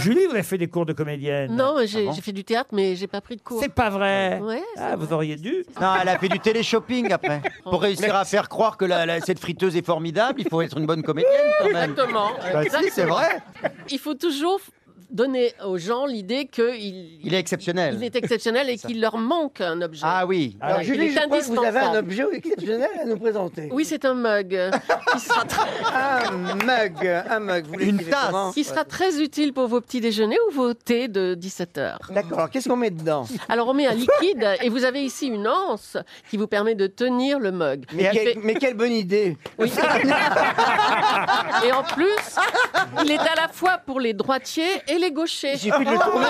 Julie, vous avez fait des cours de comédienne Non, mais j'ai j'ai fait du théâtre, mais j'ai pas pris de cours. C'est pas vrai Ouais, Ah, vous auriez dû. Non, elle a fait du télé-shopping après. Oh. Pour réussir à faire croire que la- la- cette friteuse est formidable, il faut être une bonne comédienne quand même. Exactement. Bah si, c'est vrai. Il faut toujours f- donner aux gens l'idée qu'il Il il est exceptionnel. est exceptionnel et qu'il leur manque un objet. Ah oui. Ah Alors, oui. Julie, Il est je crois que vous avez un indispensable. objet exceptionnel à nous présenter. Ah, Oui, c'est un mug euh, qui sera, très, Un mug, un mug. Vous Une l'écrivez tasse. comment qui sera très utile pour vos petits déjeuners ou vos thés de 17 heures. D'accord, alors qu'est-ce qu'on met dedans Alors on met un liquide et vous avez ici une anse qui vous permet de tenir le mug. mais, Il quel- fait- mais quelle bonne idée oui. et en plus, il est à la fois pour les droitiers et les gauchers. Il suffit de le tourner